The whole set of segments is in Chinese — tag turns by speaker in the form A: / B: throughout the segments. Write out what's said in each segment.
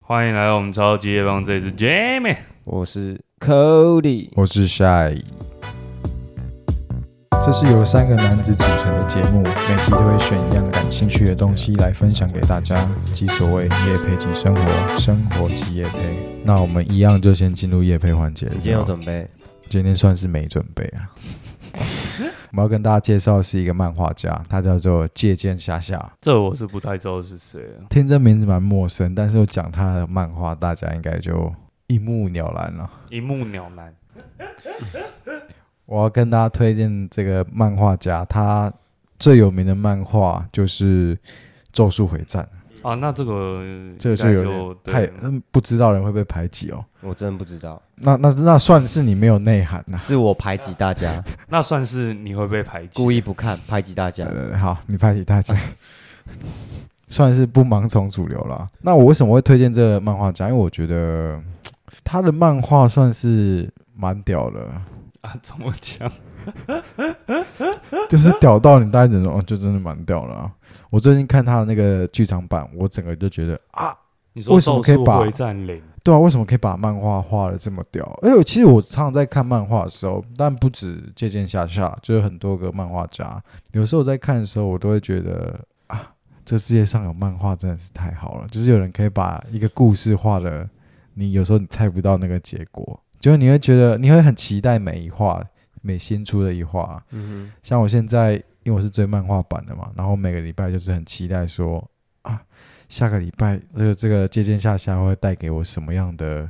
A: 欢迎来到我们超级夜帮，这里是 Jamie。
B: 我是 Cody，
C: 我是 Shy，
D: 这是由三个男子组成的节目，每集都会选一样感兴趣的东西来分享给大家，即所谓夜配即生活，生活即夜配。那我们一样就先进入夜配环节。
B: 你今天有准备？
D: 今天算是没准备啊。我们要跟大家介绍的是一个漫画家，他叫做借鉴夏夏。
A: 这我是不太知道是谁啊。
D: 听这名字蛮陌生，但是我讲他的漫画，大家应该就一目了然了。
A: 一目了然。
D: 我要跟大家推荐这个漫画家，他最有名的漫画就是《咒术回战》，
A: 啊，那这个
D: 这个
A: 就
D: 就有点太
A: 对
D: 嗯不知道人会被排挤哦。
B: 我真的不知道，
D: 那那那算是你没有内涵啊呐、
B: 是我排挤大 家，
A: 那算是你会被排挤。
B: 故意不看，排挤大家。
D: 呃，好，你排挤大家， 算是不盲从主流了。那我为什么会推荐这个漫画家？因为我觉得他的漫画算是蛮屌的，
A: 啊？怎么讲？
D: 就是屌到你大家只能说，哦，就真的蛮屌了、啊。我最近看他的那个剧场版，我整个就觉得
A: 你说
D: 为什么可以
A: 咒术
D: 把
A: 回战零？
D: 对啊，为什么可以把漫画画的这么屌？哎呦，其实我常常在看漫画的时候，但不止借鉴下下，就是很多个漫画家。有时候在看的时候，我都会觉得啊，这世界上有漫画真的是太好了，就是有人可以把一个故事画的，你有时候你猜不到那个结果，就是你会觉得你会很期待每一画，每新出的一画。
B: 嗯
D: 像我现在，因为我是追漫画版的嘛，然后每个礼拜就是很期待说啊，下个礼拜这个这个借鉴下下会带给我什么样的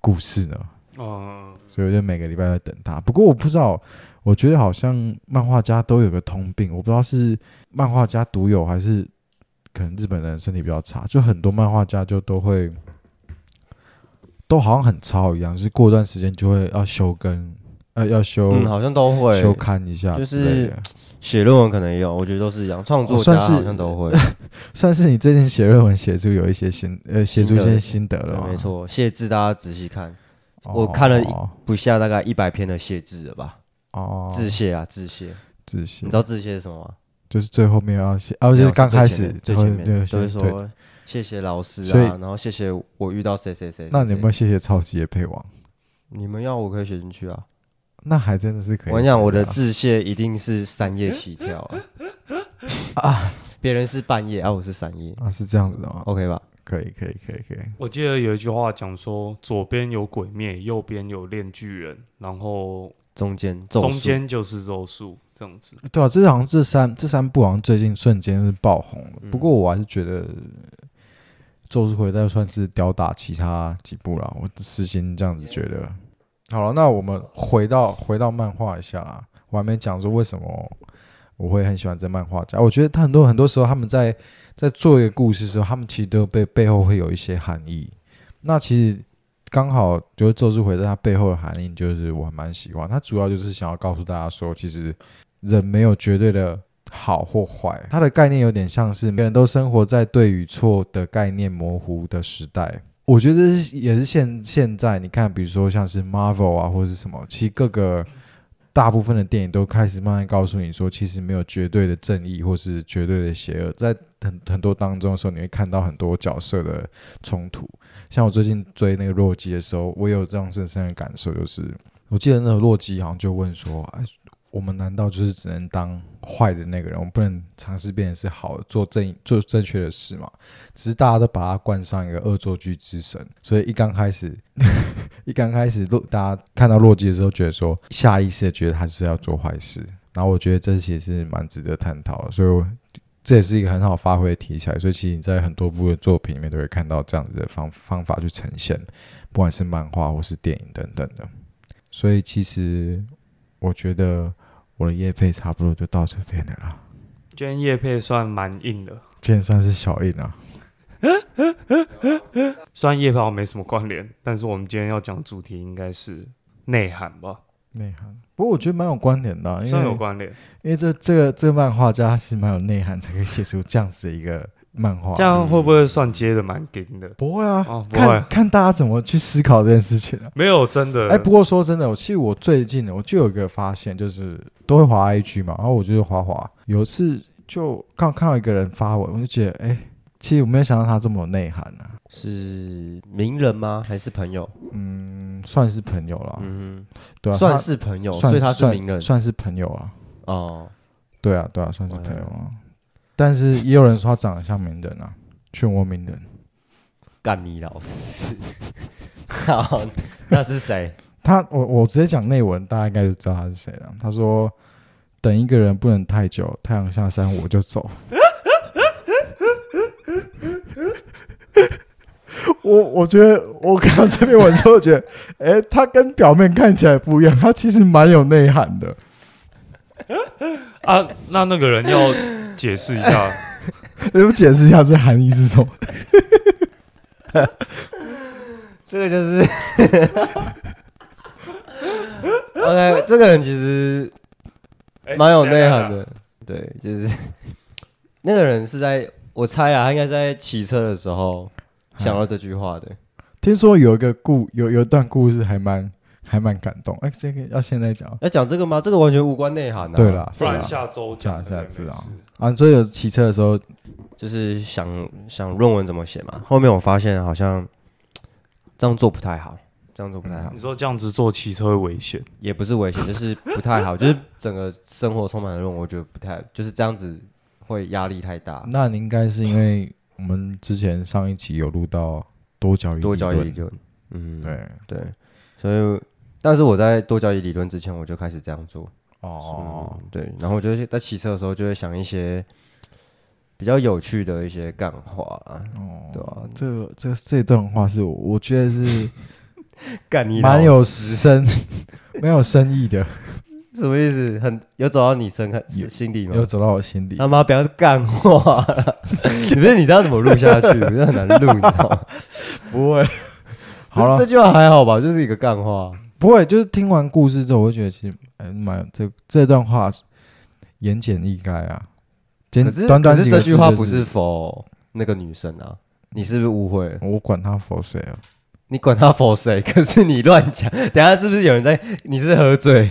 D: 故事呢？
A: 嗯，
D: 所以我就每个礼拜在等它。不过我不知道，我觉得好像漫画家都有个通病，我不知道是漫画家独有还是可能日本人身体比较差，就很多漫画家就都会都好像很超一样，就是过段时间就会要休更，呃，要休、
B: 嗯，好像都会
D: 休刊一下
B: 就
D: 之类
B: 是
D: 的，
B: 写论文可能也有，我觉得都是一样，创作
D: 哦
B: 家
D: 算是
B: 好像都会。
D: 算是你最近写论文写出有一些心呃写出一些心得了
B: 对
D: 吗？
B: 没错，谢字大家仔细看，
D: 哦，
B: 我看了一
D: 哦
B: 不下大概一百篇的谢字了吧？
D: 哦
B: 致谢啊，致谢，
D: 字写
B: 你知，道致谢是什么吗？
D: 就是最后面要写，哦，就是刚开始
B: 最前
D: 然后
B: 面最
D: 就
B: 前面
D: 先
B: 都会
D: 对
B: 说谢谢老师
D: 所以
B: 啊，然后谢谢我遇到谁谁谁。
D: 那你有没
B: 们
D: 有谢谢抄袭的配王？
B: 你们要我可以写进去啊。
D: 那还真的是可以写啊。
B: 我跟你讲，我的致谢一定是三夜起跳啊， 别人是半夜啊，我是三夜
D: 啊是这样子的吗？
B: ，OK 吧？
D: 可以，可以，可以，可以。
A: 我记得有一句话讲说，左边有鬼灭，右边有炼巨人，然后
B: 中间咒
A: 中
B: 术
A: 间就是咒术这样子。
D: 对啊，这好像这三这三部好像最近瞬间是爆红了。不过我还是觉得《咒术回战》算是吊打其他几部啦，我私心这样子觉得。好了，那我们回到回到漫画一下啦，我还没讲说为什么我会很喜欢这漫画家。我觉得他很多很多时候他们在在做一个故事的时候，他们其实都背背后会有一些含义。那其实刚好就是《咒术回战》它背后的含义，就是我还蛮喜欢。它主要就是想要告诉大家说，其实人没有绝对的好或坏，它的概念有点像是每个人都生活在对与错的概念模糊的时代。我觉得这是也是现现在你看，比如说像是 Marvel 啊，或者是什么，其实各个大部分的电影都开始慢慢告诉你说，其实没有绝对的正义或是绝对的邪恶，在很很多当中的时候，你会看到很多角色的冲突。像我最近追那个洛基的时候，我也有这样深深的感受，就是我记得那个洛基好像就问说，哎，我们难道就是只能当坏的那个人？我们不能尝试变成是好的，做正做正确的事嘛？只是大家都把它冠上一个恶作剧之神，所以一刚开始， 一刚开始洛大家看到洛基的时候，觉得说下意识的觉得他就是要做坏事。然后我觉得这其实是蛮值得探讨的，所以我这也是一个很好发挥的题材。所以其实你在很多部的作品里面都会看到这样子的方方法去呈现，不管是漫画或是电影等等的。所以其实我觉得我的业配差不多就到这边了啦。
A: 今天叶配算蛮硬的，
D: 今天算是小印啊，
A: 虽然叶配好像没什么关联，但是我们今天要讲的主题应该是内涵吧，
D: 内涵。不过我觉得蛮有观点的啊、因
A: 算有
D: 为
A: 关联。
D: 因为这这个这个漫画家是蛮有内涵，才可以写出这样子的一个漫画。
A: 这样会不会算接的蛮紧的？
D: 不会啊，
A: 哦不会
D: 看看大家怎么去思考这件事情啊。
A: 没有，真的。
D: 哎、不过说真的，我其实我最近我就有一个发现，就是都会滑 IG 嘛，然后我就是滑滑，有一次就刚看到一个人发文，我就觉得哎、其实我没有想到他这么有内涵啊，
B: 是名人吗？还是朋友？
D: 嗯，算是朋友啦，
B: 嗯哼，
D: 对啊，
B: 算
D: 他
B: 是朋友，
D: 算
B: 所以他是
D: 算
B: 名人
D: 算是朋友啊，
B: 哦。
D: 对啊，对啊，算是朋友啊。但是也有人说他长得像名人啊，漩涡名人，
B: 干你老师， 好，那是谁？
D: 他我我直接讲内文，大家应该就知道他是谁了。他说：“等一个人不能太久，太阳下山我就走。 我”我觉得我看到这篇文之后，觉得，哎、他跟表面看起来不一样，他其实蛮有内涵的。
A: 啊，那那个人要解释一下，
D: 你们解释一下这含义是什么？
B: 这个就是 ，OK，这个人其实
A: 哎
B: 蛮有内涵。
A: 等一下等一下
B: 的，对，就是 那个人是在我猜啊，他应该在骑车的时候
D: 嗯
B: 想到这句话的。
D: 听说有一个故有有一段故事还蛮还蛮感动，哎、这个要现在讲。
B: 要讲这个吗？这个完全无关内涵啊。
D: 对，啦，是
A: 不
D: 啦
A: 然，下周
D: 讲一下
A: 可
D: 知
A: 能没
D: 道
A: 事
D: 啊，所以有骑车的时候，
B: 就是想想论文怎么写嘛。后面我发现好像这样做不太好，这样做不太
D: 嗯
B: 好，
A: 你说这样子做骑车会危险，
B: 也不是危险，就是不太 好，就是整个生活充满了论文，我觉得不太就是这样子会压力太大。
D: 那你应该是因为我们之前上一期有录到多角语
B: 多角义理
D: 理
B: 论，嗯，
D: 论，对，
B: 对，所以但是我在多角义理论之前，我就开始这样做。
D: 哦，
B: 嗯，对，然后我就是在骑车的时候就会想一些比较有趣的一些干话啊，对啊，
D: 哦这个这这段话是我我觉得是
B: 干 你
D: 蛮有
B: 什
D: 深， 蛮有深 意的，
B: 么意思？很有走到你身看
D: 有
B: 心里吗
D: 有？走到我心里
B: 他。妈不要干话 啦，你这你这样怎么录下去？你这很难录，你知道 吗？不会，
D: 好了
B: 这，句话还好吧，就是一个干话。
D: 不会，就是听完故事之后，我会觉得其实哎蛮这这段话言简意赅啊，简
B: 可是
D: 短短
B: 可
D: 几
B: 是
D: 个
B: 这
D: 字
B: 句话
D: 就
B: 不是否那个女生啊？你是不是误会了？
D: 我管他佛谁啊，
B: 你管他否谁？ 可是你乱讲，等一下是不是有人在？你是喝醉？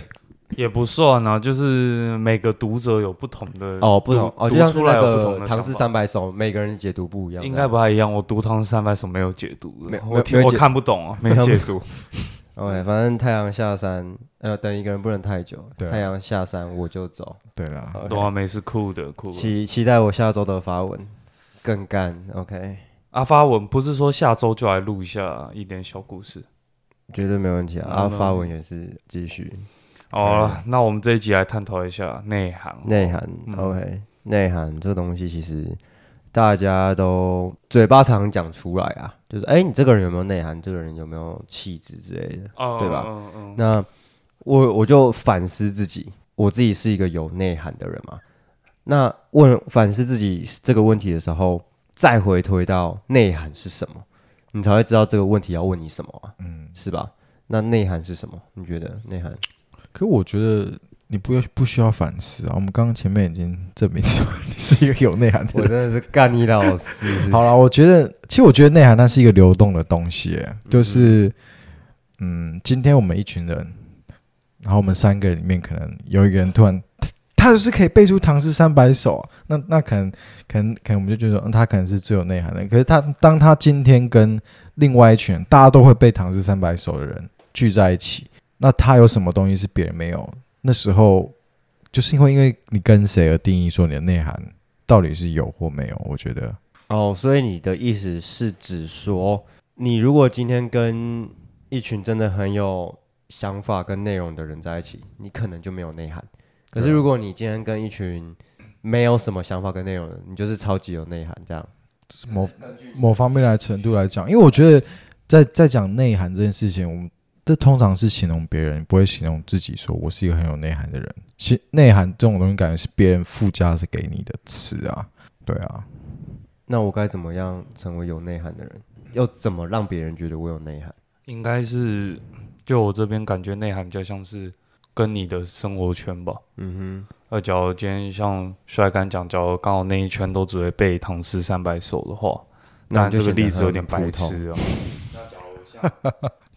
A: 也不算啊，就是每个读者有不同的
B: 哦，不同
A: 读
B: 哦，就
A: 读
B: 像是
A: 出
B: 那
A: 来有不同
B: 个
A: 的
B: 唐诗
A: 想法
B: 三百首，每个人解读不一样。
A: 应该不太一样。我读《唐诗三百首》没有解读
B: 没
A: 的，
B: 有没
A: 我
B: 有
A: 听
B: 没有
A: 我
B: 解
A: 看不懂 啊，没
B: 看不
A: 解读。
B: OK，反正太阳下山，呃，等一个人不能太久。
D: 对啊
B: 太阳下山我就走。
D: 对啦，
B: OK
A: 懂啊，没事，酷的酷的。
B: 期期待我下周的发文，更干。OK，
A: 阿啊发文不是说下周就来录一下一点小故事。
B: 绝对没问题啊。
A: 嗯
B: 啊，
A: 那
B: 发文也是继续
A: 好
B: 哎
A: 了，那我们这一集来探讨一下内涵。
B: 内涵。
A: 嗯
B: OK，内涵这东西其实大家都嘴巴常讲出来啊，就是哎，你这个人有没有内涵？这个人有没有气质之类的。
A: 哦，
B: 对吧
A: 嗯嗯嗯。
B: 那我我就反思自己，我自己是一个有内涵的人嘛。那问反思自己这个问题的时候，再回推到内涵是什么，你才会知道这个问题要问你什么啊，
D: 嗯，
B: 是吧？那内涵是什么？你觉得内涵？
D: 可我觉得你不要不需要反思啊，我们刚刚前面已经证明说 你是一个有内涵的
B: 我
D: 人。
B: 真的是干你老师
D: 好了，我觉得其实我觉得内涵它是一个流动的东西耶，就是嗯，今天我们一群人，然后我们三个里面可能有一个人突然。他他就是可以背出唐诗三百首，啊那那可能可能可能我们就觉得说、嗯他可能是最有内涵的。可是他当他今天跟另外一群人大家都会背唐诗三百首的人聚在一起，那他有什么东西是别人没有？那时候就是因为因为你跟谁而定义说你的内涵到底是有或没有？我觉得，
B: 哦，所以你的意思是指说，你如果今天跟一群真的很有想法跟内容的人在一起，你可能就没有内涵。可是
D: 对啊
B: 如果你今天跟一群没有什么想法跟内容的人，你就是超级有内涵这样。
D: 某某方面来程度来讲，因为我觉得在在讲内涵这件事情，我们这通常是形容别人，不会形容自己。说我是一个很有内涵的人，其内涵这种东西感觉是别人附加是给你的词啊，对啊，
B: 那我该怎么样成为有内涵的人？要怎么让别人觉得我有内涵？
A: 应该是就我这边感觉内涵比较像是跟你的生活圈吧。
B: 嗯哼，
A: 那假如今天像帅刚讲，假如刚好那一圈都只会背唐诗三百首的话，
B: 那
A: 那
B: 你就
A: 这个
B: 显得
A: 例子有
B: 很
A: 点
B: 普
A: 白
B: 通
A: 痴啊。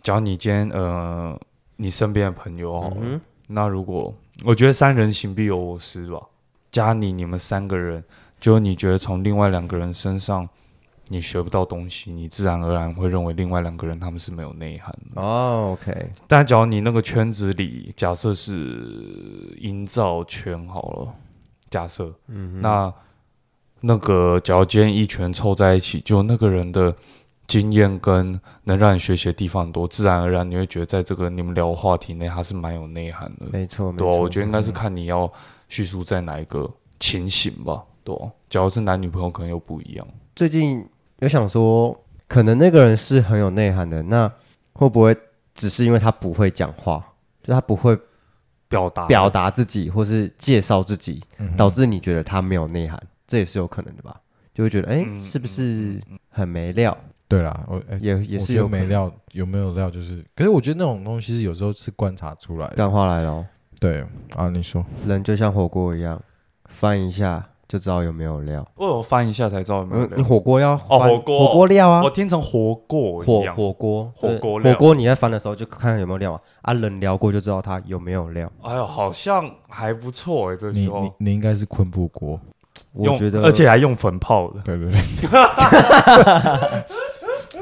A: 假如你今天呃，你身边的朋友哦好了，
B: 嗯哼
A: 那如果我觉得三人行必有我师吧，加你你们三个人，就你觉得从另外两个人身上你学不到东西，你自然而然会认为另外两个人他们是没有内涵的。
B: 哦，OK，
A: 但假如你那个圈子里，假设是营造圈好了，假设，嗯，那那个假如今天一群人凑在一起，就那个人的经验跟能让你学习的地方很多，自然而然你会觉得在这个你们聊的话题内，他是蛮有内涵的。
B: 没错，没
A: 对、
B: 错，
A: 啊，我觉得应该是看你要叙述在哪一个情形吧。对、啊，假如是男女朋友，可能又不一样。
B: 最近有想说，可能那个人是很有内涵的，那会不会只是因为他不会讲话，就他不会
A: 表达
B: 表达自己或是介绍自己，
D: 嗯哼
B: 导致你觉得他没有内涵，这也是有可能的吧？就会觉得，哎、
A: 嗯
B: 是不是很没料？
D: 对啦，我哎
B: 也也
D: 我
B: 是
D: 觉得
B: 有可
D: 没
B: 能。
D: 料，有没有料就是，可是我觉得那种东西是有时候是观察出来的。
B: 干话来了哦，
D: 对啊，你说
B: 人就像火锅一样，翻一下就知道有没有料。
A: 我有翻一下才知道有没有
B: 嗯
A: 聊
B: 你火锅要翻
A: 火锅
B: 火锅料啊
A: 我，听成火锅一
B: 火
A: 样。
B: 火锅
A: 火
B: 对
A: 锅料
B: 火锅你在翻的时候就看看有没有料啊，啊人聊过就知道他有没有料。
A: 哎呦，好像还不错哎、这句
D: 你你
A: 话。
D: 你应该是昆布锅，
B: 我觉得，
A: 而且还用粉泡的，
D: 对对对。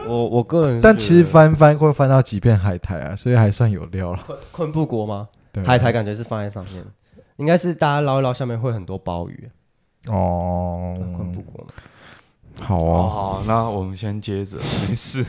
B: 我我个人是觉得，
D: 但其实翻翻会翻到几片海苔啊，所以还算有料了。
B: 昆昆布锅吗？
D: 对啊
B: 海苔感觉是放在上面，应该是大家捞一捞，下面会很多鲍鱼。
D: 哦，
B: 嗯昆布锅嘛。
D: 好啊，
A: 哦，好，那我们先接着，没事。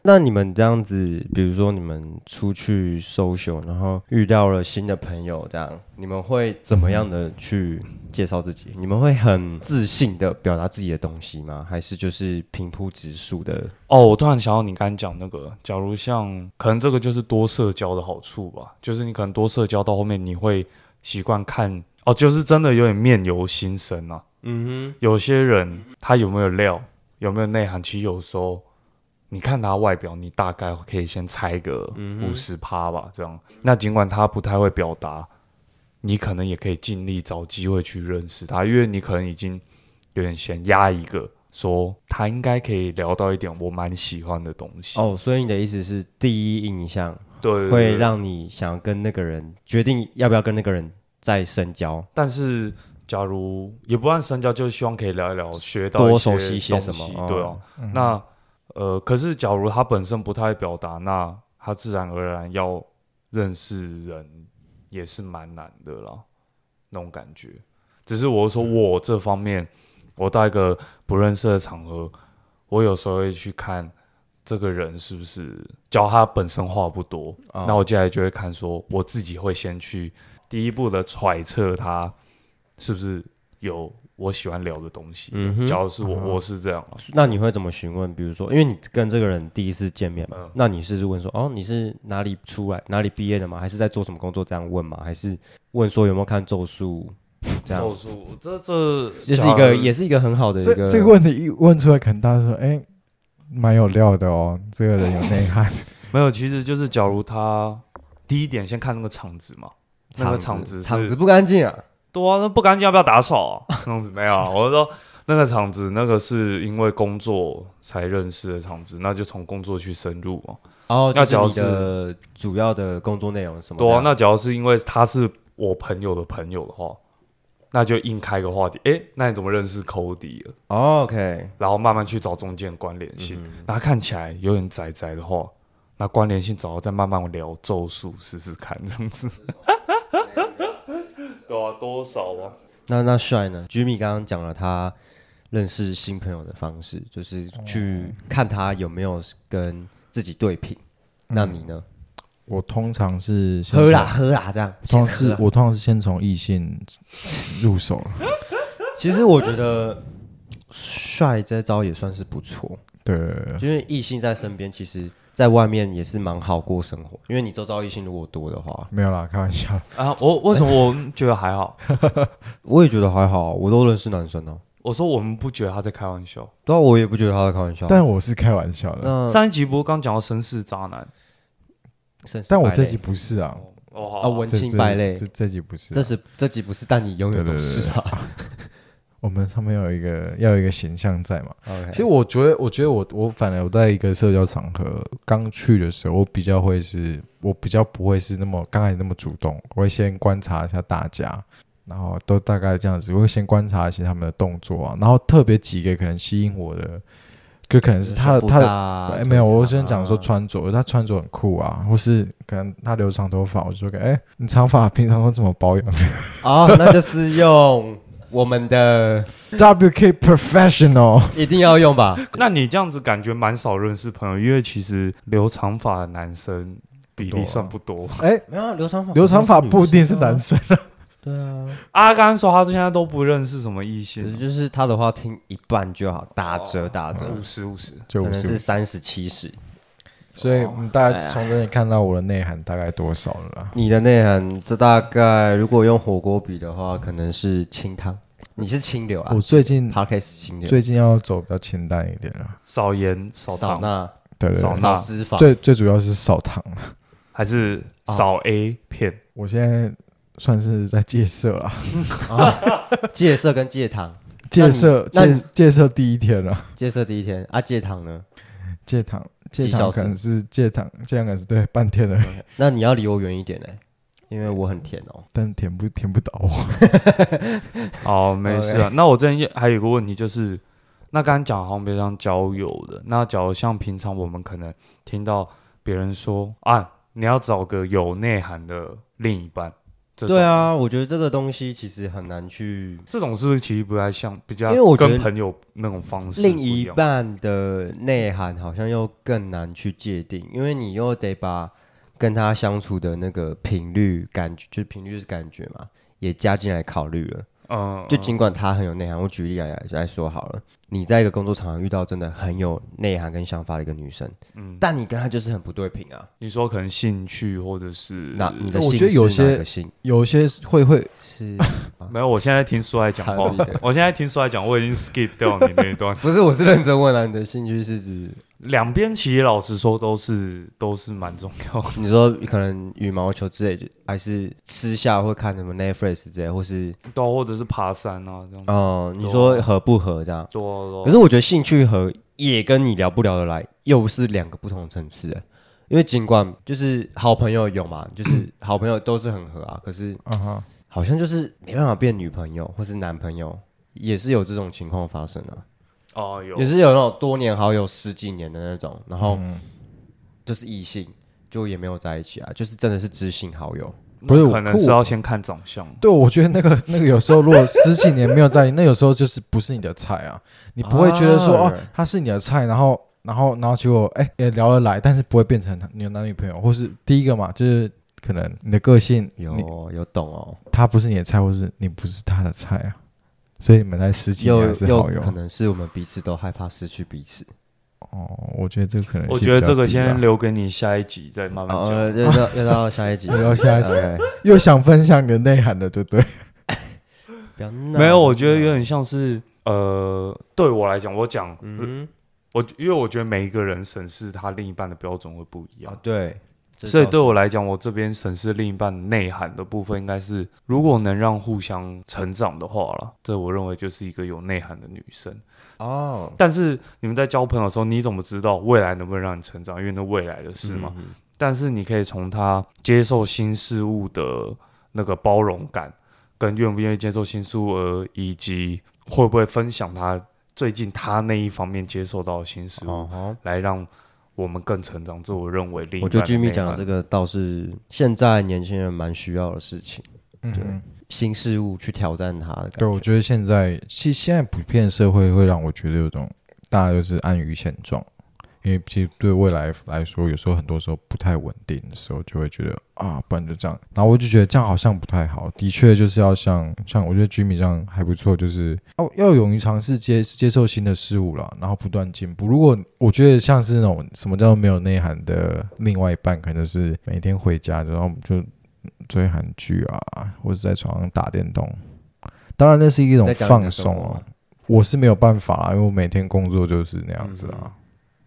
B: 那你们这样子，比如说你们出去 social，然后遇到了新的朋友，这样你们会怎么样的去介绍自己？你们会很自信的表达自己的东西吗？还是就是平铺直述的？
A: 哦，我突然想到你刚才讲那个，假如像可能这个就是多社交的好处吧，就是你可能多社交到后面你会习惯看，哦，就是真的有点面由心生啊。
B: 嗯
A: 有些人他有没有料，有没有内涵，其实有时候你看他外表，你大概可以先猜个
B: 嗯
A: 五十趴吧，这样。那尽管他不太会表达，你可能也可以尽力找机会去认识他，因为你可能已经有点先压一个，说他应该可以聊到一点我蛮喜欢的东西。
B: 哼。，哦，所以你的意思是，第一印象
A: 对对对
B: 会让你想跟那个人决定要不要跟那个人再深交？
A: 但是假如也不按深交，就是希望可以聊一聊，学到些
B: 多熟悉一些
A: 东
B: 什么
A: 西
B: 哦
A: 对哦，那呃，可是假如他本身不太会表达，那他自然而然要认识人也是蛮难的啦，那种感觉。只是我说
B: 嗯
A: 我这方面，我到一个不认识的场合，我有时候会去看这个人是不是，假如他本身话不多，
B: 哦
A: 那我接下来就会看说，我自己会先去第一步的揣测他是不是有我喜欢聊的东西。
B: 嗯哼
A: 假如是我，我是这样啊，
B: 那你会怎么询问？比如说，因为你跟这个人第一次见面嘛，
A: 嗯
B: 那你是问说，哦，你是哪里出来、哪里毕业的吗？还是在做什么工作？这样问吗？还是问说有没有看《咒术》？这样
A: 手术这这
B: 这是一个，也
A: 也
B: 是一个很好的一
D: 这
B: 个
D: 这个问题一问出来，可能大家说，哎，蛮有料的哦，这个人有内涵。
A: 没有，其实就是假如他第一点先看那个场子嘛，那个场子是
B: 场子不干净啊。
A: 对啊，那不干净要不要打扫、啊？ 那样子没有啊，我是说那个场子，那个是因为工作才认识的场子，那就从工作去深入嘛。
B: 哦，
A: 那
B: 就
A: 只
B: 是你
A: 要
B: 的主要的工作内容是什么这
A: 对啊
B: 样？，
A: 那假如是因为他是我朋友的朋友的话，那就硬开个话题，诶，那你怎么认识 Cody 的？
B: 哦 OK，
A: 然后慢慢去找中间关联性。那他看起来有点宅宅的话，那关联性找到再慢慢聊咒术试试看，这样子。 对啊，多少啊？
B: 那那帅呢？Jimmy 刚刚讲了他认识新朋友的方式，就是去
A: 嗯
B: 看他有没有跟自己对频。那你呢？
D: 我通常是先
B: 喝
D: 从
B: 啦，喝啦，这样。先
D: 通常
B: 喝
D: 是
B: 啦
D: 我通常是先从异性入手了。
B: 其实我觉得帅这招也算是不错，
D: 对对对对，
B: 因为异性在身边，其实在外面也是蛮好过生活。因为你周遭异性如果多的话，
D: 没有啦，开玩笑。
A: 啊，我为什么我们觉得还好？
B: 我也觉得还好，我都认识男生哦、
A: 我说我们不觉得他在开玩笑。
B: 对啊，我也不觉得他在开玩笑。
D: 但我是开玩笑的，
B: 那
A: 上一集不是刚讲到绅士渣男？
B: 绅士
D: 但我
B: 败类
D: 这集不是啊，
A: 哦，好
B: 啊文
D: 这
B: 青
D: 这
B: 败类，
D: 这这集不是啊，
B: 这是这集不是，但你永远都是啊。
D: 我们上面有一个要有一个形象在嘛。
B: OK，
D: 其实我觉得，我觉得我我反而我在一个社交场合刚去的时候，我比较会是，我比较不会是那么刚开始那么主动，我会先观察一下大家，然后都大概这样子，我会先观察一些他们的动作啊，然后特别几个可能吸引我的就可能是他
B: 不
D: 他
B: 大
D: 的
B: 啊
D: 哎没有，
B: 腿长
D: 我先讲说
B: 啊
D: 穿着，他穿着很酷啊，或是可能他留长头发，我就说哎、你长发平常都怎么保养
B: 啊，那就是用我们的，
D: ？WK Professional，
B: 一定要用吧？
A: 那你这样子感觉蛮少认识朋友，因为其实留长发的男生比例算不多。
D: 哎、
B: 没有啊留长发，
D: 留长发不一定是
B: 啊
D: 男。生，
B: 对啊，
A: 阿甘说他现在都不认识什么异
B: 可是
A: 性，
B: 就是他的话听一半就好，打折打折，
A: 五十五十。
D: 就
B: 可
D: 我
B: 能嗯是
D: 是，
B: 三十七十。
D: 所以你大概从这里看到我的内涵大概多少了啦？
B: 你的内涵，这大概如果用火锅比的话，可能是清汤。你是清流啊
D: 我哦最近
B: p o d c a s 清流，
D: 最近要走比较清淡一点了，
A: 少盐少
B: 少
A: 糖
B: 钠、
D: 对对
A: 少
D: 对，
A: 钠
B: 少脂肪。
D: 最最主要是少糖了。
A: 还是少 A 片？
D: 我现在算是在戒色了，
B: 啊 戒色跟戒糖，那
D: 戒
B: 你
D: 色
B: 那
D: 戒
B: 你
D: 戒色第一天了，
B: 戒色第一天啊，戒糖呢？
D: 戒糖戒
B: 几小
D: 糖
B: 时
D: 可能是戒糖戒糖可能是对半天了，
B: 那你要离我远一点呢、欸因为我很甜哦。
D: 但甜不甜不倒我。
A: 哦，没事啊。那我这边还有一个问题就是，那刚刚讲好像比较像交友的，那假如像平常我们可能听到别人说啊，你要找个有内涵的另一半，这种
B: 对，啊，我觉得这个东西其实很难去。
A: 这种是不是其实不太像，比较
B: 因为我觉得
A: 跟朋友那种方式
B: 另
A: 不
B: 一
A: 样
B: 半的内涵好像又更难去界定，因为你又得把跟他相处的那个频率感觉，就是频率就是感觉嘛，也加进来考虑了。
D: 哦
A: 嗯，
B: 就
A: 嗯
B: 尽管他很有内涵，我举例来来说好了，你在一个工作场合遇到真的很有内涵跟想法的一个女生，
A: 嗯，
B: 但你跟她就是很不对频啊。
A: 你说可能兴趣或者是
B: 那你的
D: 嗯我
B: 性
D: 觉得有
B: 是哪
D: 些
B: 个性
D: 有些会会
B: 是
A: 没有，我现在听苏爱讲话
B: 合理的，。
A: 我现在听苏爱讲，我已经 skip 掉你那一段
B: 不是？我是认真问啊，你的兴趣是指
A: 两边其实老实说都是都是蛮重要的，
B: 你说可能羽毛球之类，就还是私下会看什么 Netflix 之类，或是
A: 对啊，或者是爬山啊这样子。啊
B: 哦、你
D: 啊
B: 说合不合这样？
D: 哦
A: 多
B: 可是我觉得兴趣合也跟你聊不聊得来又是两个不同的层次欸，因为尽管就是好朋友有 嘛，就是好朋友都是很合啊，可是
D: 啊哈，
B: 好像就是没办法变女朋友或是男朋友，也是有这种情况发生啊，
A: 哦有
B: 也是有那种多年好友十几年的那种，然后
D: 嗯
B: 就是异性就也没有在一起啊，就是真的是知心好友。
A: 那
D: 不是我
A: 可能是要先看长相。
D: 对，我觉得那个 那个有时候如果十几年没有在意，那有时候就是不是你的菜啊，你不会觉得说
B: 啊
D: 哦他是你的菜，然后然后然后结果哎也聊得来，但是不会变成你的男女朋友，或是第一个嘛就是可能你的个性
B: 有
D: 你
B: 有懂哦，
D: 他不是你的菜，或是你不是他的菜啊，所以你们在十几年
B: 又
D: 还是
B: 又
D: 好友
B: 可。能是我们彼此都害怕失去彼此。
D: 哦，我觉得这个可能性
A: 我觉得
D: 比较
A: 这个
D: 低啊
A: 先留给你下一集再慢慢
B: 好，
A: 讲。
B: 哦又到又到下一集，哎
D: 又到下一集
B: OK，
D: 又想分享你的内涵了，对不对？
B: 不要闹
A: 没有，我觉得有点像是呃，对我来讲，我讲
B: 嗯
A: 我因为我觉得每一个人审视他另一半的标准会不一样
B: 啊，。对，这
A: 所以
B: 倒
A: 哦对
B: 是
A: 我来讲，我这边审视另一半内涵的部分，应该是如果能让互相成长的话啦，这我认为就是一个有内涵的女生。
B: 哦
A: 但是你们在交朋友的时候，你怎么知道未来能不能让你成长？因为那未来的事嘛。？
B: 嗯
A: 但是你可以从他接受新事物的那个包容感，跟愿不愿意接受新事物，而以及会不会分享他最近他那一方面接受到的新事物，
B: 哦吼，
A: 来让我们更成长。这我认为另一
B: 我觉得
A: 半内
B: Jimmy 讲的
A: 涵
B: 这个倒是现在年轻人蛮需要的事情，
D: 对
B: 新事物去挑战它的感
D: 嗯对，我觉得现在其实现在普遍社会会让我觉得有种大家就是安于现状，因为其实对未来来说，有时候很多时候不太稳定的时候，就会觉得啊，不然就这样。然后我就觉得这样好像不太好，的确就是要像像我觉得 Jimmy 这样还不错，就是哦要勇于尝试接接受新的事物啦，然后不断进步。如果我觉得像是那种什么叫做没有内涵的另外一半，可能就是每天回家然后就。追韩剧啊，或者在床上打电动，当然那是一种
B: 在家里
D: 放
B: 的生
D: 松
B: 活
D: 哦。我是没有办法啦，因为我每天工作就是那样子啊。
B: 嗯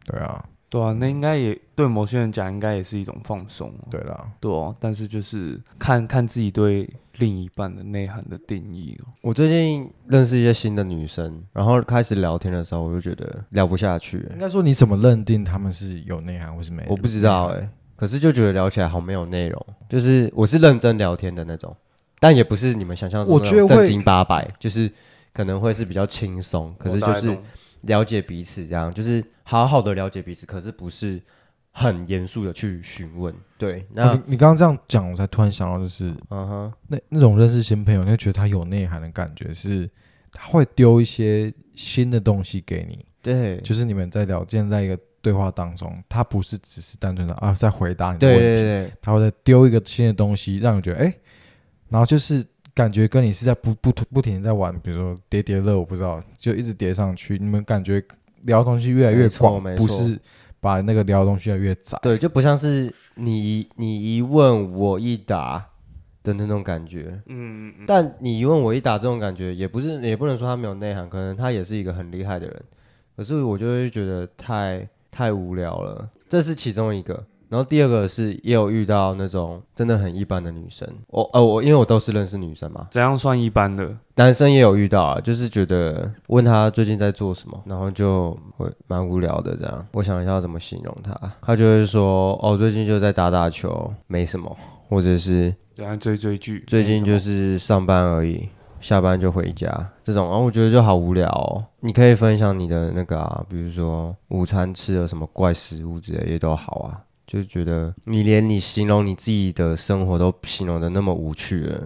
D: 对啊，
A: 对啊，那应该也对某些人讲，应该也是一种放松啊。
D: 对啦，
A: 对哦、但是就是看看自己对另一半的内涵的定义哦。
B: 我最近认识一些新的女生，然后开始聊天的时候，我就觉得聊不下去欸、
D: 应该说你怎么认定他们是有内涵或哦是没？
B: 我不知道哎、可是就觉得聊起来好没有内容，就是我是认真聊天的那种，但也不是你们想象中
D: 我
B: 那
D: 觉得
B: 种正
D: 会
B: 经八百，就是可能会是比较轻松，可是
A: 我大
B: 就
A: 概
B: 是
A: 懂
B: 了解彼此，这样就是好好的了解彼此，可是不是很严肃的去询问。对，那、
D: 哦你你刚刚这样讲，我才突然想到，就是
B: 嗯哼，
D: 那那种认识新朋友，你会觉得他有内涵的感觉是，他会丢一些新的东西给你，
B: 对，
D: 就是你们在聊天，在一个对话当中，他不是只是单纯的啊在回答你的
B: 对
D: 问题，
B: 对对对，
D: 他会再丢一个新的东西，让你觉得哎、诶然后就是感觉跟你是在不不不停地在玩，比如说叠叠乐，我不知道，就一直叠上去，你们感觉聊的东西越来越
B: 没错
D: 广
B: 没，错
D: 不是把那个聊的东西越来越窄。
B: 对，就不像是你一你一问我一答的那种感觉。
A: 嗯嗯
B: 但你一问我一答这种感觉，也不是也不能说他没有内涵，可能他也是一个很厉害的人。可是我就会觉得太太无聊了，这是其中一个。然后第二个是也有遇到那种真的很一般的女生，我呃我因为我都是认识女生嘛，
A: 怎样算一般的？
B: 男生也有遇到啊，就是觉得问他最近在做什么，然后就会蛮无聊的这样。我想一下要怎么形容他，他就会说哦，最近就在打打球，没什么，或者是
A: 怎样追追剧？
B: 最近就
A: 没什
B: 是上班而已，下班就回家这种，然啊后我觉得就好无聊哦。你可以分享你的那个啊，比如说午餐吃了什么怪食物之类也都好啊，就觉得你连你形容你自己的生活都形容的那么无趣了，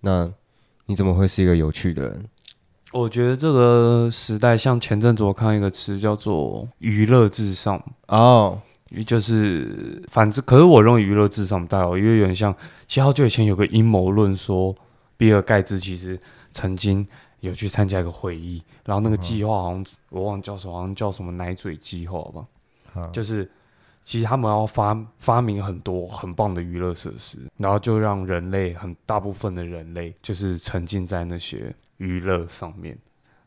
B: 那你怎么会是一个有趣的人？
A: 么我觉得这个时代，像前阵子我看一个词叫做“娱乐至上”，
B: 哦，
A: 就是反正，可是我认为娱乐至上不大好，因为有点像，其实好久以前有个阴谋论说，比尔盖茨其实曾经有去参加一个会议，然后那个计划好像、我忘了叫什么，好像叫什么奶嘴计划吧，
D: 啊
A: 就是其实他们要发发明很多很棒的娱乐设施，然后就让人类很大部分的人类就是沉浸在那些娱乐上面。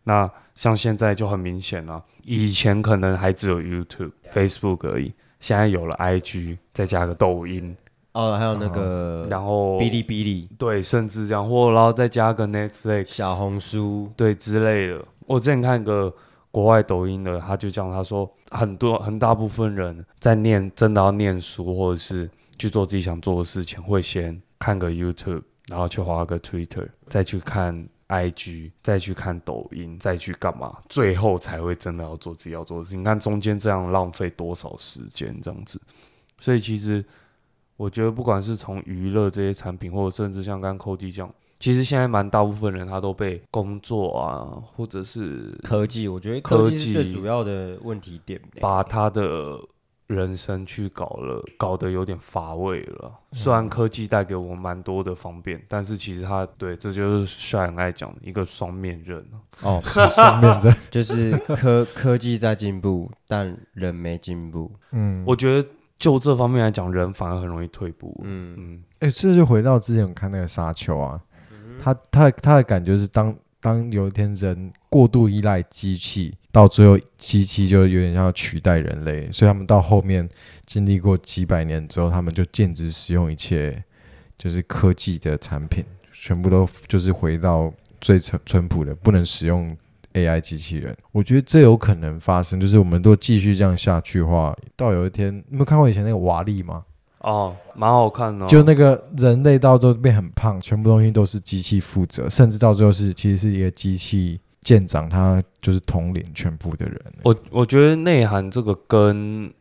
A: 那像现在就很明显了、以前可能还只有 YouTube、Facebook 而已，现在有了 IG，再加个抖音，
B: 哦，还有那个
A: 然后
B: 哔哩哔哩、
A: 对，甚至这样，或然后再加个 Netflix
B: 小红书，
A: 对之类的。我之前看一个国外抖音的，他就讲他说，很多很大部分人在念真的要念书或者是去做自己想做的事情，会先看个 YouTube，然后去划个 Twitter，再去看 IG，再去看抖音，再去干嘛，最后才会真的要做自己要做的事情。你看中间这样浪费多少时间，这样子。所以其实我觉得，不管是从娱乐这些产品，或者甚至像刚刚 Cody 讲，其实现在蛮大部分人他都被工作啊，或者是
B: 科技，我觉得
A: 科
B: 科
A: 技
B: 技
A: 是
B: 是
A: 最
B: 最
A: 主
B: 主要的问题点。
A: 把他的人生去搞了，搞得有点乏味了。虽然科技带给我们蛮多的方便，但是其实他对这就是帅很爱讲的一个双面刃啊。
B: 哦，
D: 顺便在
B: 就是科科技在进步，但人没进步。
D: 嗯，
A: 我觉得就这方面来讲，人反而很容易退步。嗯
B: 嗯，
A: 嗯，
D: 哎、这就回到之前我看那个沙丘啊，他他的他的感觉是当当有一天人过度依赖机器，到最后机器就有点像要取代人类，所以他们到后面经历过几百年之后，他们就禁止使用一切就是科技的产品，全部都就是回到最淳淳朴的，不能使用 AI 机器人。我觉得这有可能发生，就是我们如果继续这样下去的话，到有一天，你们看过以前那个瓦力吗？
A: 哦，蛮好看的哦、
D: 就那个人类到最后变很胖，全部东西都是机器负责，甚至到最后是其实是一个机器舰长，他就是统领全部的人。
A: 我我觉得内涵这个跟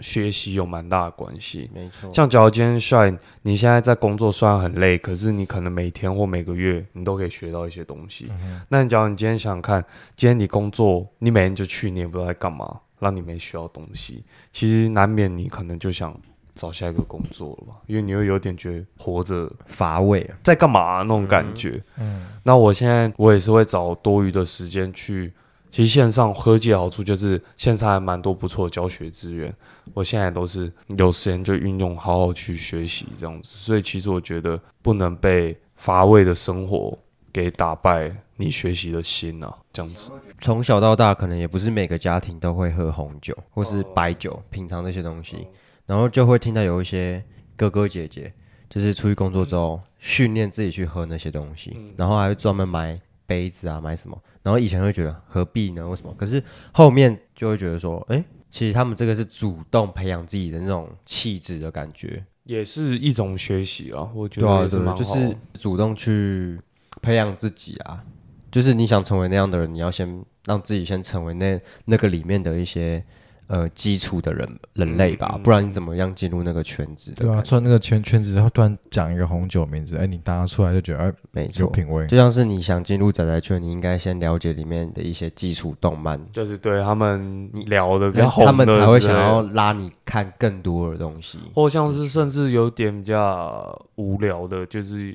A: 学习有蛮大的关系。
B: 没错。
A: 像假如今天帅，你现在在工作虽然很累，可是你可能每天或每个月你都可以学到一些东西。那你假如你今天想想看，今天你工作，你每天就去，你也不知道在干嘛，让你没学到东西，其实难免你可能就想找下一个工作了吧，因为你会有点觉得活着
B: 乏味啊，
A: 在干嘛啊、那种感觉。
D: 嗯，
A: 那我现在我也是会找多余的时间去。其实线上科技的好处就是线上还蛮多不错的教学资源，我现在都是有时间就运用，好好去学习这样子。所以其实我觉得不能被乏味的生活给打败你学习的心啊，这样子。
B: 从小到大，可能也不是每个家庭都会喝红酒或是白酒，品尝这些东
A: 嗯
B: 西，然后就会听到有一些哥哥姐姐，就是出去工作之后，训练自己去喝那些东西，然后还会专门买杯子啊，买什么。然后以前会觉得何必呢？为什么？可是后面就会觉得说，哎，其实他们这个是主动培养自己的那种气质的感觉，
A: 也是一种学习啊，我觉
B: 对
A: 得
B: 啊，
A: 也是
B: 对
A: 蛮
B: 啊，
A: 好。
B: 就是主动去培养自己啊。就是你想成为那样的人，你要先让自己先成为那那个里面的一些呃基础的人人类吧，
A: 嗯嗯
B: 不然你怎么样进入那个圈子的
D: 对啊，
B: 感觉？
D: 穿那个圈圈子，然后突然讲一个红酒名字，哎，你答出来就觉得哎
B: 没
D: 有
B: 错，
D: 品味，
B: 就像是你想进入宅宅圈，你应该先了解里面的一些基础动漫，
A: 就是对他们聊的比较
B: 然
A: 红
B: 后
A: 的
B: 哎他们才会想要
A: 之类的，
B: 拉你看更多的东西。
A: 或像是甚至有点比较无聊的，就是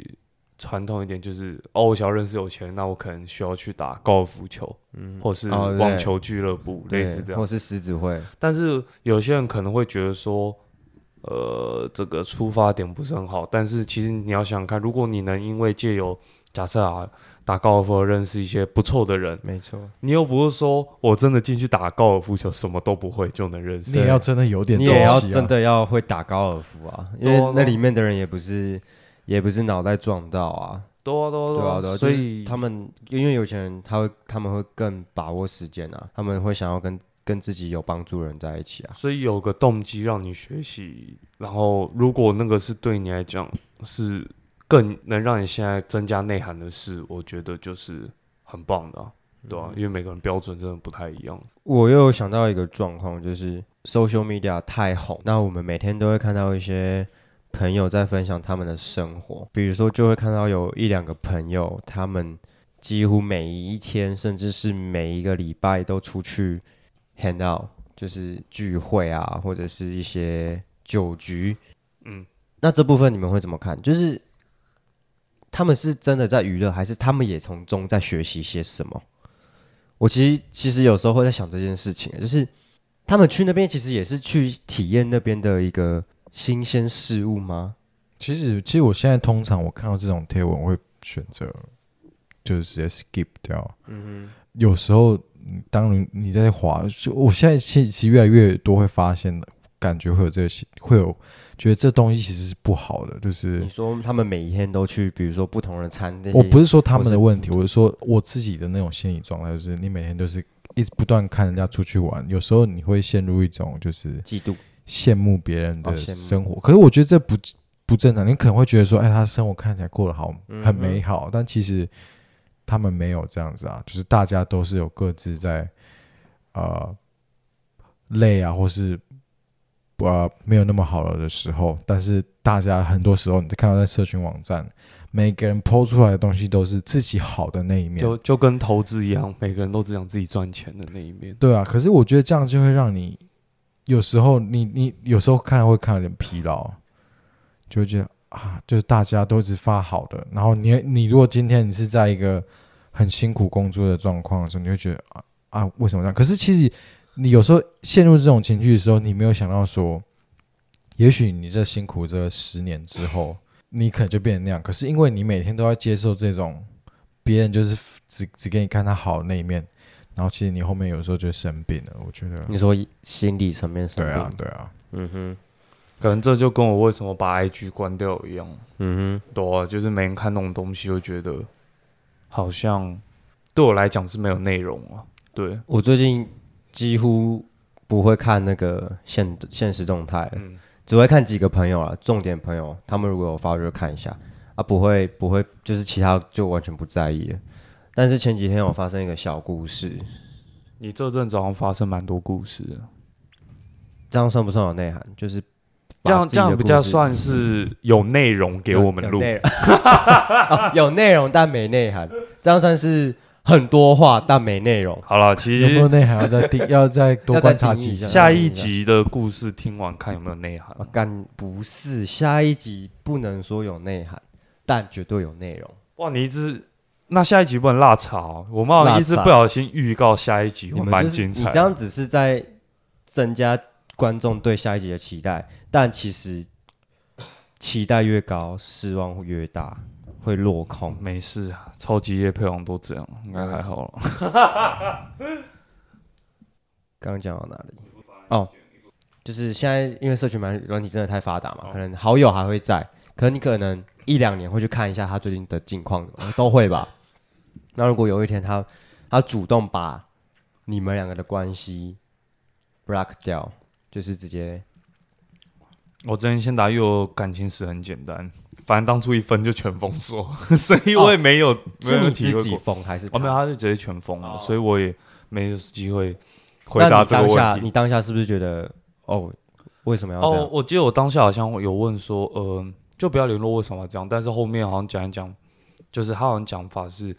A: 传统一点，就是哦，我想要认识有钱人，那我可能需要去打高尔夫球，或是
B: 哦对
A: 网球俱乐部，类似
B: 对
A: 这
B: 或
A: 样。
B: 是狮子会，
A: 但是有些人可能会觉得说，呃，这个出发点不是很好。但是其实你要想想看，如果你能因为借由假设啊打高尔夫而认识一些不错的人，
B: 没错，
A: 你又不是说我真的进去打高尔夫球什么都不会就能认识，
D: 你也要真的有点
B: 你
D: 东西
B: 也
D: 啊
B: 要真的要会打高尔夫啊，因
A: 对啊
B: 为那里面的人也不是也不是脑袋撞到啊，
A: 多啊多
B: 对啊，对啊，
A: 所
B: 就是
A: 以
B: 他们因为有钱人他会他们会更把握时间啊，他们会想要跟跟自己有帮助的人在一起啊，
A: 所以有个动机让你学习，然后如果那个是对你来讲是更能让你现在增加内涵的事，我觉得就是很棒的啊、对啊，因为每个人标准真的不太一样。
B: 我又有想到一个状况，就是 social media 太红，那我们每天都会看到一些朋友在分享他们的生活，比如说就会看到有一两个朋友，他们几乎每一天，甚至是每一个礼拜都出去 hang out，就是聚会啊，或者是一些酒局。
A: 嗯，
B: 那这部分你们会怎么看？就是他们是真的在娱乐，还是他们也从中在学习些什么？我其实其实有时候会在想这件事情，就是他们去那边其实也是去体验那边的一个新鲜事物吗？
D: 其实，其实我现在通常我看到这种贴文，我会选择就是直接 skip 掉。嗯有时候，嗯当你你在滑，就我现在其实越来越多会发现，感觉会有这个习，会有觉得这东西其实是不好的。就是
B: 你说他们每一天都去，比如说不同的餐厅，
D: 我不是说他
B: 或
D: 们的
B: 是
D: 问题，我是说我自己的那种心理状态，就是你每天都是一直不断看人家出去玩，有时候你会陷入一种就是
B: 嫉妒，
D: 羡慕别人
B: 哦
D: 的
B: 羡慕
D: 生活，可是我觉得这不不正常。你可能会觉得说，哎，他生活看起来过得好，
B: 嗯
D: 很美好，但其实他们没有这样子啊，就是大家都是有各自在呃累啊，或是呃没有那么好了的时候，但是大家很多时候你看到在社群网站，每个人抛出来的东西都是自己好的那一面，
A: 嗯就就跟投资一样，每个人都只想自己赚钱的那一面。
D: 对啊，可是我觉得这样就会让你有时候你你有时候看会看有点疲劳，就会觉得啊，就是大家都只发好的，然后你你如果今天你是在一个很辛苦工作的状况的时候，你会觉得啊啊为什么这样？可是其实你有时候陷入这种情绪的时候，你没有想到说，也许你这辛苦这十年之后，你可能就变成那样。可是因为你每天都要接受这种别人就是只只给你看他好的那一面，然后其实你后面有时候就生病了。我觉得，啊
B: 你说心理层面上，
D: 对啊，，对啊，
B: 嗯哼，
A: 可能这就跟我为什么把 IG 关掉一样，
B: 嗯哼，
A: 对啊，就是每天看那种东西，就觉得好像对我来讲是没有内容啊。对，
B: 我最近几乎不会看那个现现实动态了，
A: 嗯，
B: 只会看几个朋友啊，重点朋友，他们如果有发我就看一下啊，不会不会，就是其他就完全不在意了。但是前几天有发生一个小故事，
A: 你这阵子好像发生蛮多故事的，
B: 这样算不算有内涵？就是
A: 这
B: 把
A: 样
B: 自己
A: 这样
B: 的
A: 比
B: 故
A: 较
B: 事
A: 算是有内容给我们
B: 有
A: 录
B: 有，内容 哦有内容但没内涵，这样算是很多话但没内容。
A: 好了，其
D: 有没
A: 实
D: 有内涵要再 定，要再多
B: 要再
D: 观察
B: 定义
D: 几
B: 一下
A: 下一集的故事听完看有没有内涵
B: 我、，啊干不是下一集不能说有内涵，但绝对有内容。
A: 哇，你一直那下一集不能落场哦，我们好像一直
B: 落
A: 不
B: 场
A: 小心预告下一集，
B: 你
A: 会
B: 们
A: 蛮
B: 就是
A: 精
B: 你
A: 彩
B: 这
A: 的。
B: 样只是在增加观众对下一集的期待，但其实期待越高，失望会越大，会落空。
A: 没事啊，超级夜配王都这样，应该还好
B: 嗯
A: 了。
B: 刚刚讲到哪里？哦，就是现在因为社群媒体软体真的太发达
A: 哦
B: 嘛，可能好友还会在，可能你可能一两年会去看一下他最近的近况，都会吧。那如果有一天他他主动把你们两个的关系 block 掉，就是直接
A: 我之前先打有感情史很简单，反正当初一分就全封 锁，所以我也没有、没
B: 哦是
A: 有
B: 你
A: 体
B: 自
A: 会
B: 己
A: 过。哦
B: 封还是他？
A: 哦，没有，他就直接全封了，
B: 哦
A: 所以我也没有机会回
B: 那
A: 答
B: 你
A: 这个
B: 当下
A: 问
B: 你
A: 题。
B: 当下是不是觉得哦，为什么要这
A: 哦
B: 样？，
A: 我记得我当下好像有问说，呃，就不要联络为什么要这样，但是后面好像讲一讲，就是他好像讲法是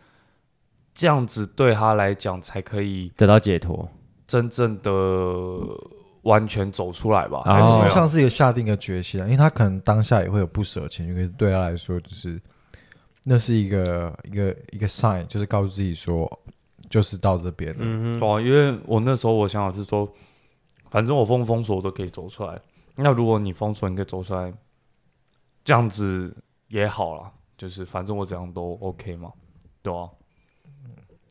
A: 这样子对他来讲才可以
B: 得到解脱，
A: 真正的完全走出来吧，
B: 哦
A: 还是怎么
D: 就
A: 样
D: 像是一个下定一个决心啊，因为他可能当下也会有不舍的情绪，可是对他来说，就是那是一个一个一个 sign，就是告诉自己说，就是到这边了。
B: 嗯哼，
A: 对啊，因为我那时候我想法是说，反正我封不封锁我都可以走出来。那如果你封锁，你可以走出来，这样子也好啦，就是反正我怎样都 OK 嘛，对啊。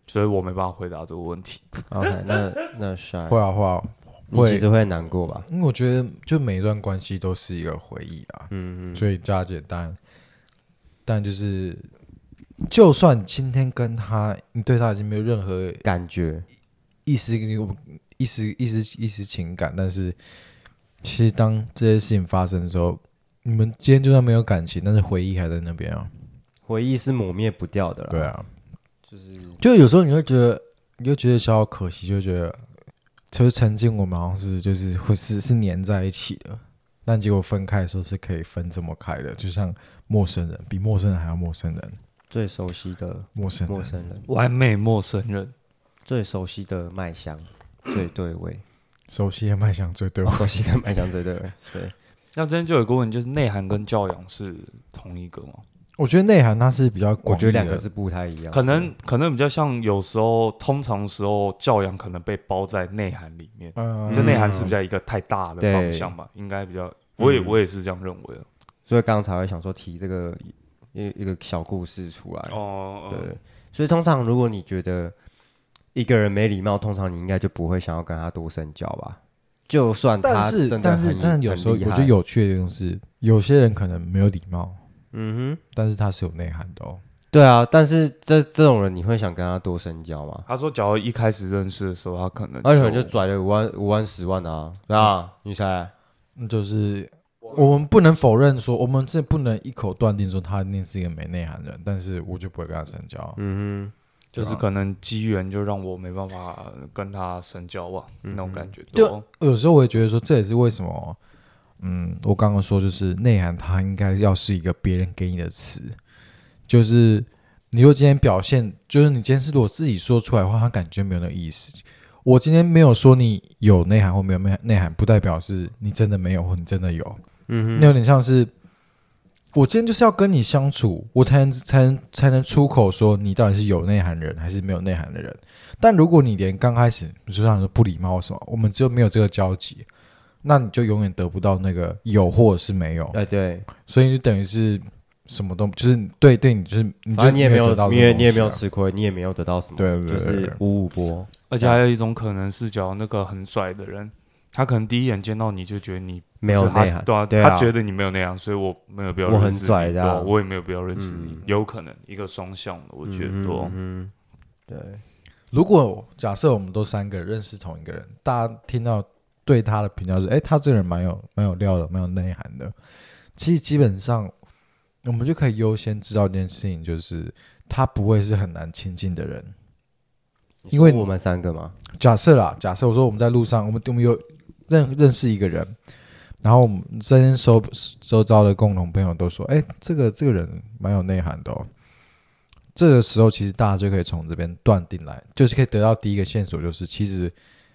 A: 所以我没办法回答这个问题。
B: ，OK，那那 s
D: 会啊会啊，
B: 你其实会难过吧？
D: 因为嗯我觉得就每一段关系都是一个回忆啊，
B: 嗯嗯，
D: 所以加简单，但就是就算今天跟他，你对他已经没有任何
B: 感觉
D: 一丝一丝一丝一丝情感，但是其实当这些事情发生的时候，你们今天就算没有感情，但是回忆还在那边啊。
B: 回忆是抹灭不掉的啦。
D: 对，啊，
B: 就是
D: 就有时候你会觉得，你就觉得小小可惜，就觉得，就是曾经我们好像是就是会是是黏在一起的，但结果分开的时候是可以分这么开的，就像陌生人比陌生人还要陌生人，
B: 最熟悉的
D: 陌生人
B: 陌生人，
A: 完美陌生人，
B: 最熟悉的麦香，最对味，
D: 熟悉的卖相最对我。
B: 熟悉的麦香最对味。对，
A: 那之前就有一个问题，就是内涵跟教养是同一个吗？
D: 我觉得内涵它是比较
B: 我
D: 广义的，
B: 觉得两个是不太一样。
A: 可能可能比较像有时候，通常时候教养可能被包在内涵里面，
D: 嗯，
A: 就内涵是比较一个太大的方向吧，应该比较，我也
B: 嗯
A: 我也是这样认为的。
B: 所以刚刚才会想说提这个一一个小故事出来。
A: 哦
B: 对，所以通常如果你觉得一个人没礼貌，通常你应该就不会想要跟他多深交吧。就算
D: 但
B: 他
D: 是
B: 真的
D: 但是
B: 很
D: 但有时候我
B: 很厉害
D: 觉得有趣的地方是，有些人可能没有礼貌，
B: 嗯哼，
D: 但是他是有内涵的哦。
B: 对啊，但是这这种人你会想跟他多深交吗？
A: 他说，假如一开始认识的时候，他可能
B: 而且就拽了五万、五万、十万的啊，啊，你猜？
D: 嗯就是我们不能否认说，我们这不能一口断定说他一定是一个没内涵的人，但是我就不会跟他深交。
B: 嗯
A: 就是可能机缘就让我没办法跟他深交吧，那种感觉。嗯
D: 对
A: 对哦，
D: 有时候我也觉得说，这也是为什么，嗯，我刚刚说就是内涵，它应该要是一个别人给你的词，就是你如果今天表现，就是你今天是如果自己说出来的话，他感觉没有那个意思。我今天没有说你有内涵或没有内内涵，不代表是你真的没有或你真的有，
B: 哼，嗯
D: 那有点像是我今天就是要跟你相处，我才能才能才能出口说你到底是有内涵人还是没有内涵的人。但如果你连刚开始你就像说不礼貌什么，我们就没有这个交集，那你就永远得不到那个有或者是没有
B: 哼，，哎对，
D: 所以就等于是什么都就是你对对你就是你
B: 反
D: 就
B: 正你也没
D: 没
B: 有
D: 得到，
B: 你
D: 这
B: 也
D: 个东西啊、
B: 你也没有吃亏，你也没有得到什么，
D: 对对
B: 就
D: 对
B: 是五五波。
A: 而且还有一种可能是，假如那个很拽的人，他可能第一眼见到你就觉得你
B: 没有
A: 就是他
B: 内涵
A: 对啊，
B: 对啊
A: 他觉得你没有内涵，所以我没有必要
B: 我很
A: 认识你
B: 拽的
A: 对
B: 啊
A: 啊，我也没有必要认识你
B: 嗯，
A: 有可能一个双向的，我觉得
B: 嗯
A: 对哦。
B: 嗯，对，
D: 如果假设我们都三个人认识同一个人，大家听到对他的评价是：哎、他这个人蛮有蛮有料的，蛮有内涵的。其实基本上，我们就可以优先知道一件事情，就是他不会是很难亲近的人。因为
B: 你说我们三个嘛，
D: 假设啦，假设我说我们在路上，我们我们有认认识一个人，然后我们身周周遭的共同朋友都说：哎、这个这个人蛮有内涵的哦。这个时候，其实大家就可以从这边断定来，就是可以得到第一个线索，就是其实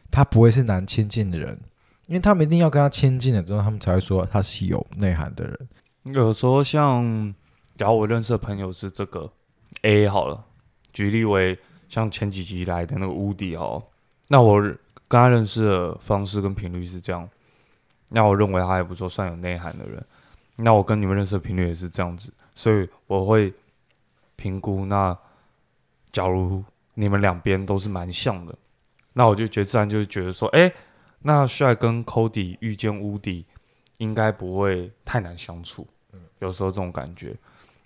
D: 他不会是难亲近的人，因为他们一定要跟他亲近了之后，他们才会说他是有内涵的人。
A: 有时候像，假如我认识的朋友是这个 A 好了，举例为像前几集来的那个乌迪好了，那我跟他认识的方式跟频率是这样，那我认为他还不错，算有内涵的人。那我跟你们认识的频率也是这样子，所以我会评估。那假如你们两边都是蛮像的，那我就觉得自然就觉得说，哎、那帅跟 Cody 遇见乌迪，应该不会太难相处。有时候这种感觉。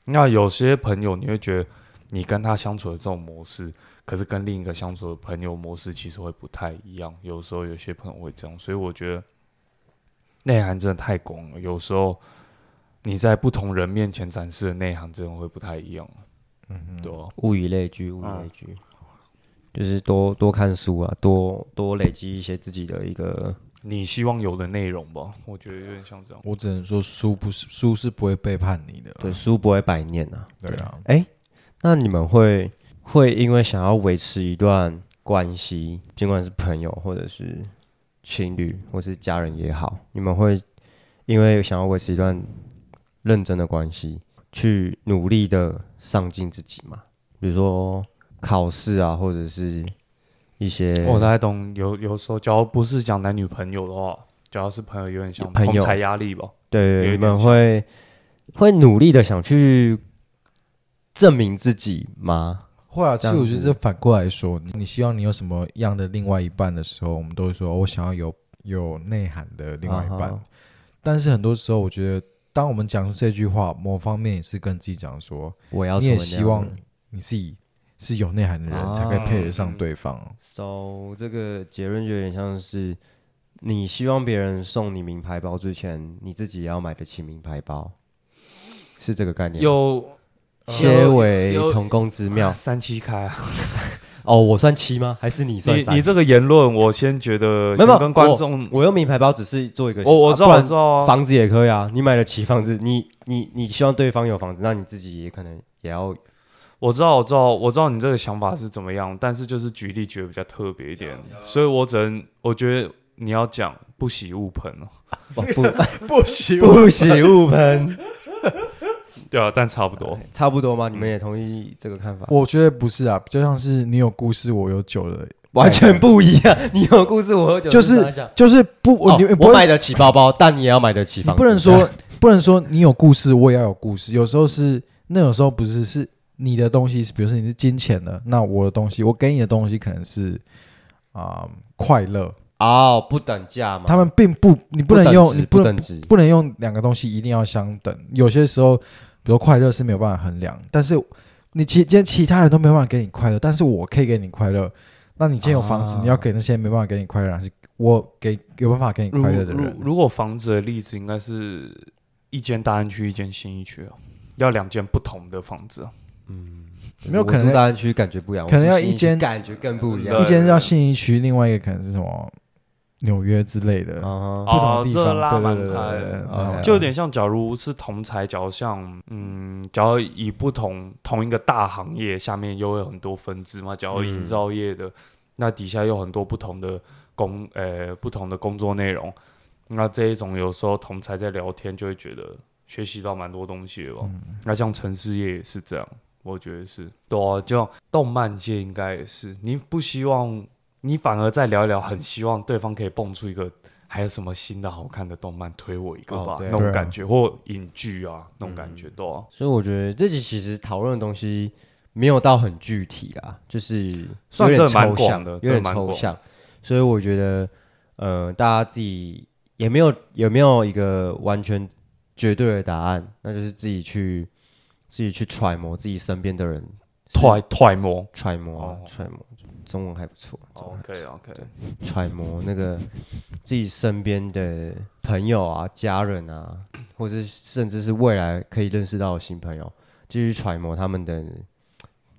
A: 那有些朋友你会觉得你跟他相处的这种模式，可是跟另一个相处的朋友模式其实会不太一样。有时候有些朋友会这样，所以我觉得内涵真的太广了。有时候你在不同人面前展示的内涵真的会不太一样，
D: 嗯
A: 对、啊
B: 物以类聚，物以
A: 嗯
B: 类聚。就是多多看书啊，多多累积一些自己的一个
A: 你希望有的内容吧，我觉得有点像这样。
D: 我只能说书不是书是不会背叛你的啦，
B: 对书不会白念啊。
D: 对啊，
B: 哎，那你们会会因为想要维持一段关系，尽管是朋友或者是情侣或是家人也好，你们会因为想要维持一段认真的关系，去努力的上进自己嘛？比如说考试啊，或者是一些
A: 我哦大概懂，有有时候，假如不是讲男女朋友的话，假如是朋友，有点像
B: 朋友
A: 同才压力吧。
B: 对
A: 有
B: 对，
A: 一
B: 你
A: 点
B: 们
A: 像
B: 会会努力的想去证明自己吗？
D: 会啊。
B: 这
D: 其
B: 样
D: 实我觉得
B: 子
D: 这反过来说，你你希望你有什么样的另外一半的时候，我们都会说，哦我想要有有内涵的另外一半。
B: 啊哈
D: 但是很多时候，我觉得当我们讲出这句话，某方面也是跟自己讲说，
B: 我要
D: 你
B: 成
D: 也
B: 为那
D: 希
B: 样的
D: 望
B: 人
D: 你自己是有内涵的
B: 啊
D: 人，才可以配得上对方。
B: So 这个结论就有点像是，你希望别人送你名牌包之前，你自己也要买得起名牌包，是这个概念吗。
A: 有
B: 些为
A: 有
B: 同工之妙
A: 三七开啊！
B: 哦，我算七吗？还是你算
A: 你
B: 三
A: 你？这个言论，我先觉得
B: 没有
A: 先跟观众，
B: 我用名牌包只是做一个，
A: 我我知道
B: 啊
A: 我
B: 不
A: 知道
B: 然
A: 啊，
B: 房子也可以啊。你买得起房子，你你你希望对方有房子，那你自己也可能也要
A: 我知道我知道我知道你这个想法是怎么样，但是就是举例觉得比较特别一点，啊所以我只能我觉得你要讲不喜勿喷哦，
B: 不 不
D: 不行
B: 不喜勿 喷，
A: 对啊，但差不多。
B: 差不多吗？你们也同意这个看法？
D: 我觉得不是啊，比较像是你有故事，我有酒的，
B: 完全不一样。 你有故事，我喝酒
D: 就是
B: 啥想
D: 就是不，
B: 哦
D: 你不
B: 我买
D: 会，
B: 得起包包，但你也要买得起
D: 你
B: 房子。
D: 不能说不能说你有故事，我也要有故事。有时候是那有时候不是是你的东西，比如说你是金钱的，那我的东西，我给你的东西可能是啊、快乐，
B: 哦，不等价嘛，
D: 他们并不，你不
B: 等
D: 能用，
B: 值
D: 你
B: 不
D: 不能
B: 等值。
D: 不能用两个东西一定要相等。有些时候，比如快乐是没有办法衡量，但是你其今天其他人都没有办法给你快乐，但是我可以给你快乐。那你今天有房子，
B: 啊
D: 你要给那些没办法给你快乐的人，还是我给有办法给你
A: 如
D: 快乐的
A: 如
D: 人？
A: 如果房子的例子，应该是一间大安区，一间新一区啊，要两间不同的房子啊。
D: 没有
B: 嗯我
D: 可能
B: 住大安区感觉不一样，
D: 可能
B: 我住
D: 要
B: 信义
D: 一间
B: 区感觉更不一样嗯
A: 对
D: 一。间叫信义区，另外一个可能是什么纽约之类的，
B: 啊哈，
D: 不同的地
A: 哦这拉
D: 方。对
A: 蛮
D: 对对
A: 开
D: 对
A: 的
D: 对
B: 哦
D: 然后
A: 就有点像，假如是同才，假如像嗯，假如以不同同一个大行业下面又有很多分支嘛，假如营造业的，那底下有很多不同的工呃不同的工作内容，那这一种有时候同才在聊天就会觉得学习到蛮多东西的吧。那像城市业也是这样，我觉得是对啊，就像动漫界应该也是，你不希望你反而在聊一聊，很希望对方可以蹦出一个还有什么新的好看的动漫推我一个
B: 哦
A: 吧，
B: 对嗯啊
A: 那
D: 对
A: 种
D: 啊
A: 感觉，或影剧啊那种感觉，对啊。
B: 所以我觉得这集其实讨论的东西没有到很具体啊，就是有
A: 算
B: 点
A: 这蛮
B: 抽
A: 广
B: 象
A: 的
B: 有
A: 这蛮
B: 点抽
A: 广
B: 象。所以我觉得，呃，大家自己也没有也没有一个完全绝对的答案，那就是自己去自己去揣摩自己身边的人是
A: 揣揣摩
B: 揣摩啊
A: 哦
B: 揣摩，中文还不错。
A: ，OK OK，
B: 揣摩那个自己身边的朋友啊、家人啊，或者是甚至是未来可以认识到的新朋友，继续揣摩他们的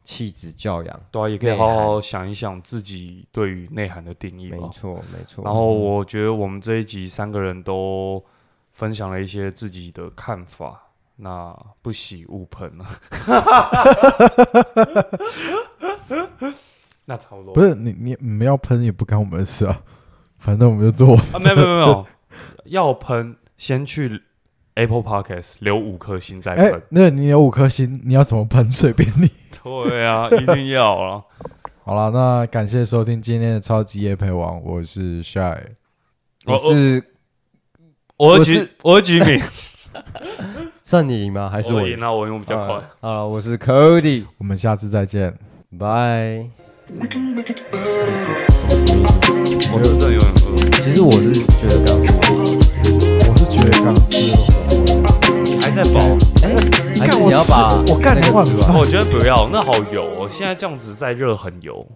B: 气质教养。
A: 对啊，也可以
B: 内
A: 好
B: 涵
A: 好想一想自己对于内涵的定义
B: 没
A: 吧。
B: 错，没错。
A: 然后我觉得我们这一集三个人都分享了一些自己的看法，那不喜勿喷啊。 那差不多
D: 不是你你你们要喷也不干我们的事啊， 反正我们就做。
A: 啊，没有没有没有，要喷先去 Apple Podcast 留五颗星再
D: 哎
A: 喷。，
D: 那你有五颗星，你要怎么喷随便你。
A: 对啊，一定要啊。
D: 好了，那感谢收听今天的超级夜陪王，我是 Shy。
B: 我是
A: 我
B: 我
A: 的
B: 是
A: 举我的举名，
B: 算你赢吗？还是
A: 我
B: 赢
A: 赢？了，我用比较快。
B: 啊，好我是 Cody，
D: 我们下次再见。
B: 拜。
A: 我是真的有点饿。
B: 其实我是觉得刚才
D: 我是觉得刚吃了，
A: 还在饱，
B: 还
D: 干
B: 是
D: 我
B: 你要
D: 吃
B: 把
D: 我干
B: 那
D: 两
B: 个
D: 碗
B: 吃完
D: 饭
A: 啊哦我觉得不要，那好油、哦，现在这样子再热很油。